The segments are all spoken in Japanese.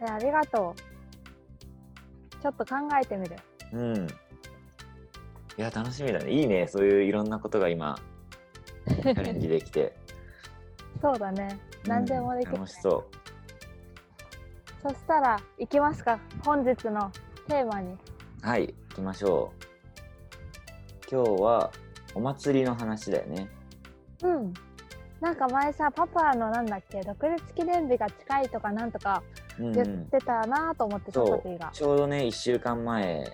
えありがとう。ちょっと考えてみる。うん。いや、楽しみだね。いいね。そういういろんなこと が今、チャレンジできて。そうだね。 何でもできうんる、楽しそそしたら、行きますか。本日のテーマに。う。はい、行きましょう。今日は、お祭りの話だよね。うん。なんか前さ、パパのなんだっけ、独立記念日が近いとかなんとかうん、う言っん。てたなと思って、そパパうティが。ちょうどね、1週間前、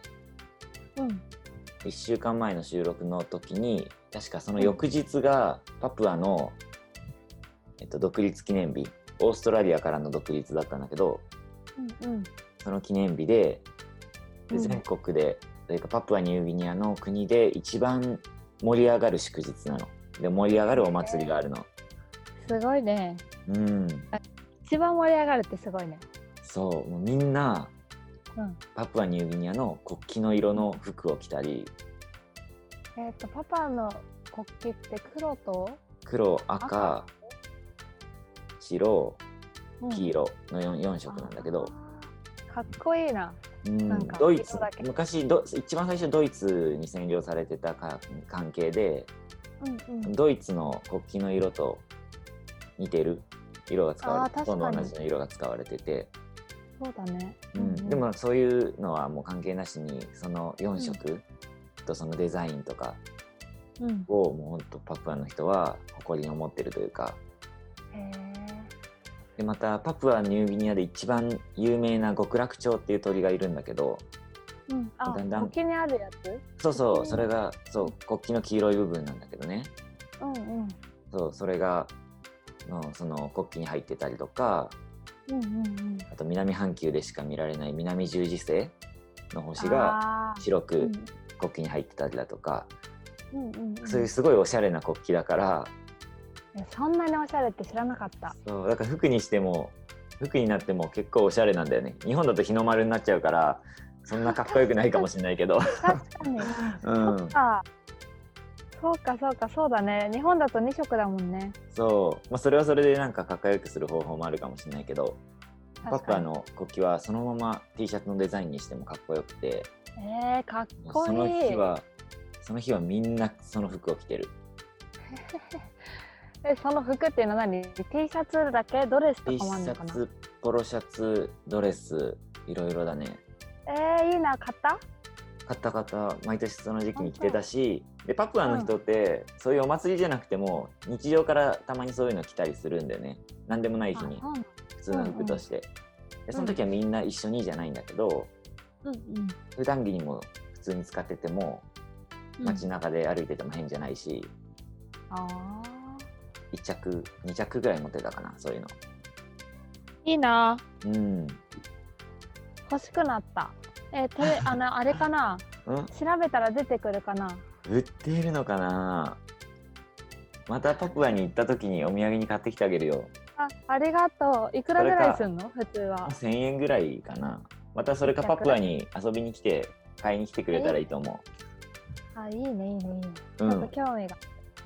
うん。 1週間前の収録の時に、確かその翌日が、パプアの、えっと、独立記念日。オーストラリアからの独立だったんだけど、うんうん。その記念日ででうん全国で、というかパプアニューギニアの国で一番盛り上がる祝日なの。で盛り上がるお祭りがあるの。すごいね。うん、一番盛り上がるってすごいね。そうもうみんなうん。パプアニューギニアの国旗の色の服を着たりえっ、と、パパの国旗って黒と、黒赤白うん黄色の 4, 4色なんだけど、あーかっこいいな。うんなんかドイツ色だけ昔ド一番最初ドイツに占領されてたか関係でうんうん。ドイツの国旗の色と似てる色が使われてあーほとんど確か同にじの色が使われてて、そうだね。うんでもそういうのはもう関係なしにその4色とそのデザインとかうん、うん。をもうほんとパプアの人は誇りに思ってるというかへでまたパプアニューギニアで一番有名な極楽鳥っていう鳥がいるんだけどえ。うん。あ、だんだ国ん旗にあるやつ。そううそうんそれがそう国旗の黄色い部分なんだけどねうんうん。そうそれがのその国旗に入ってたりとかうんうんうん。あと南半球でしか見られない南十字星の星がが白うくん国旗に入ってたりだとか、うんうんうんそういうすごいおしゃれな国旗だから、いやそんなにおしゃれって知らなか った。そうだから服にしても服になっても結構おしゃれなんだよね日本だと日の丸になっちゃうからそんなかっこよくないかもしれな いけど、確かに。うん、あ、そうかそうかそうだね。日本だと二色だもんね。そう、まあ、それはそれでなんかかっこよくする方法もあるかもしれないけどパ確パかに。の国旗はそのまま T シャツのデザインにしてもかっこよくてえー、かっもうこいそい。の日はその日はみんなその服を着てるえその服っていうのは何 T シャツだけドレス T とシかもあるのかャなツポロシャツドレスいろいろだねえー、いいな買った買った買った毎年その時期に着てたしでパプアの人って、そういうお祭りじゃなくても日常からたまにそういうの着たりするんだよね何でもない日にあ普通の服として、でその時はみんな一緒にじゃないんだけどうんうん普段着にも普通に使っててもうん街中で歩いてても変じゃないし、あ1着2着ぐらい持ってたかなそういうのーいいなうん欲しくなったえー、て あのあれかなうん調べたら出てくるかな売っているのかなまたパプアに行った時にお土産に買ってきてあげるよあありがとういくらぐらいすんの普通は1000円ぐらいかなまたそれかパプアに遊びに来て買いに来てくれたらいいと思あいいねいいねいいねう、うちょっとん、興味が、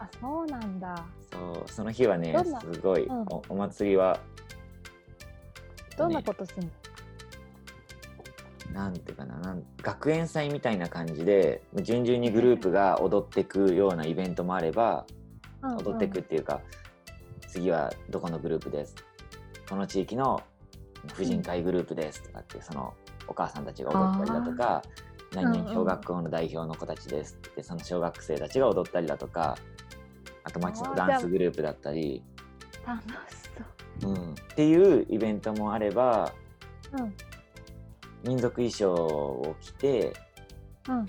あそうなんだそうその日はねどんなすごい、うんおお祭りはどんなねことすんの、なんていうかななん学園祭みたいな感じで順々にグループが踊ってくようなイベントもあればうんうん踊ってくっていうか、次はどこのグループですこの地域の婦人会グループですとかってそのお母さんたちが踊ったりだとか何うん々うん小学校の代表の子たちですって言ってその小学生たちが踊ったりだとかあと町のダンスグループだったり、楽しそうん、っていうイベントもあればううん民族衣装を着てうん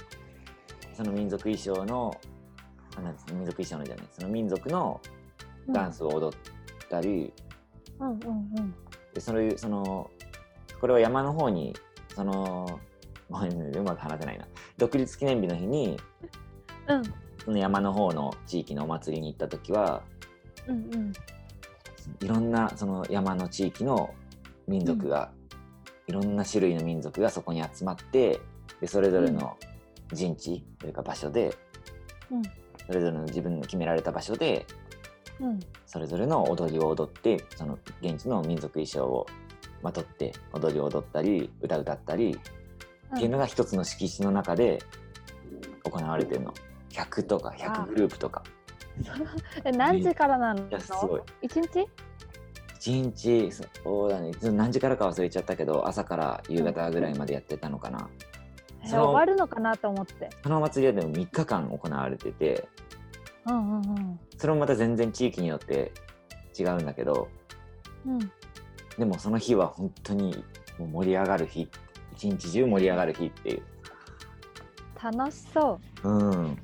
その民族衣装のあなんです民族衣装のじゃないその民族のうんダンスを踊ったり、うんうんうんでそれそのこれは山の方にそのごめんねうまく話せないな独立記念日の日にうんその山の方の地域のお祭りに行った時はうんうんいろんなその山の地域の民族が、いろんな種類の民族がそこに集まってでそれぞれの陣地というか場所で、うんそれぞれの自分の決められた場所でうんそれぞれの踊りを踊ってその現地の民族衣装をまとって踊りを踊ったり歌歌ったりっていうのが一つの敷地の中で行われてるの100とか100グループとかえ何時からなのいやすごい一日1日そうだね何時からか忘れちゃったけど朝から夕方ぐらいまでやってたのかな、えその終わるのかなと思ってそのお祭りはでも3日間行われててうんうんうんそれもまた全然地域によって違うんだけどうんでもその日は本当にもう盛り上がる日一日中盛り上がる日っていう楽しそううん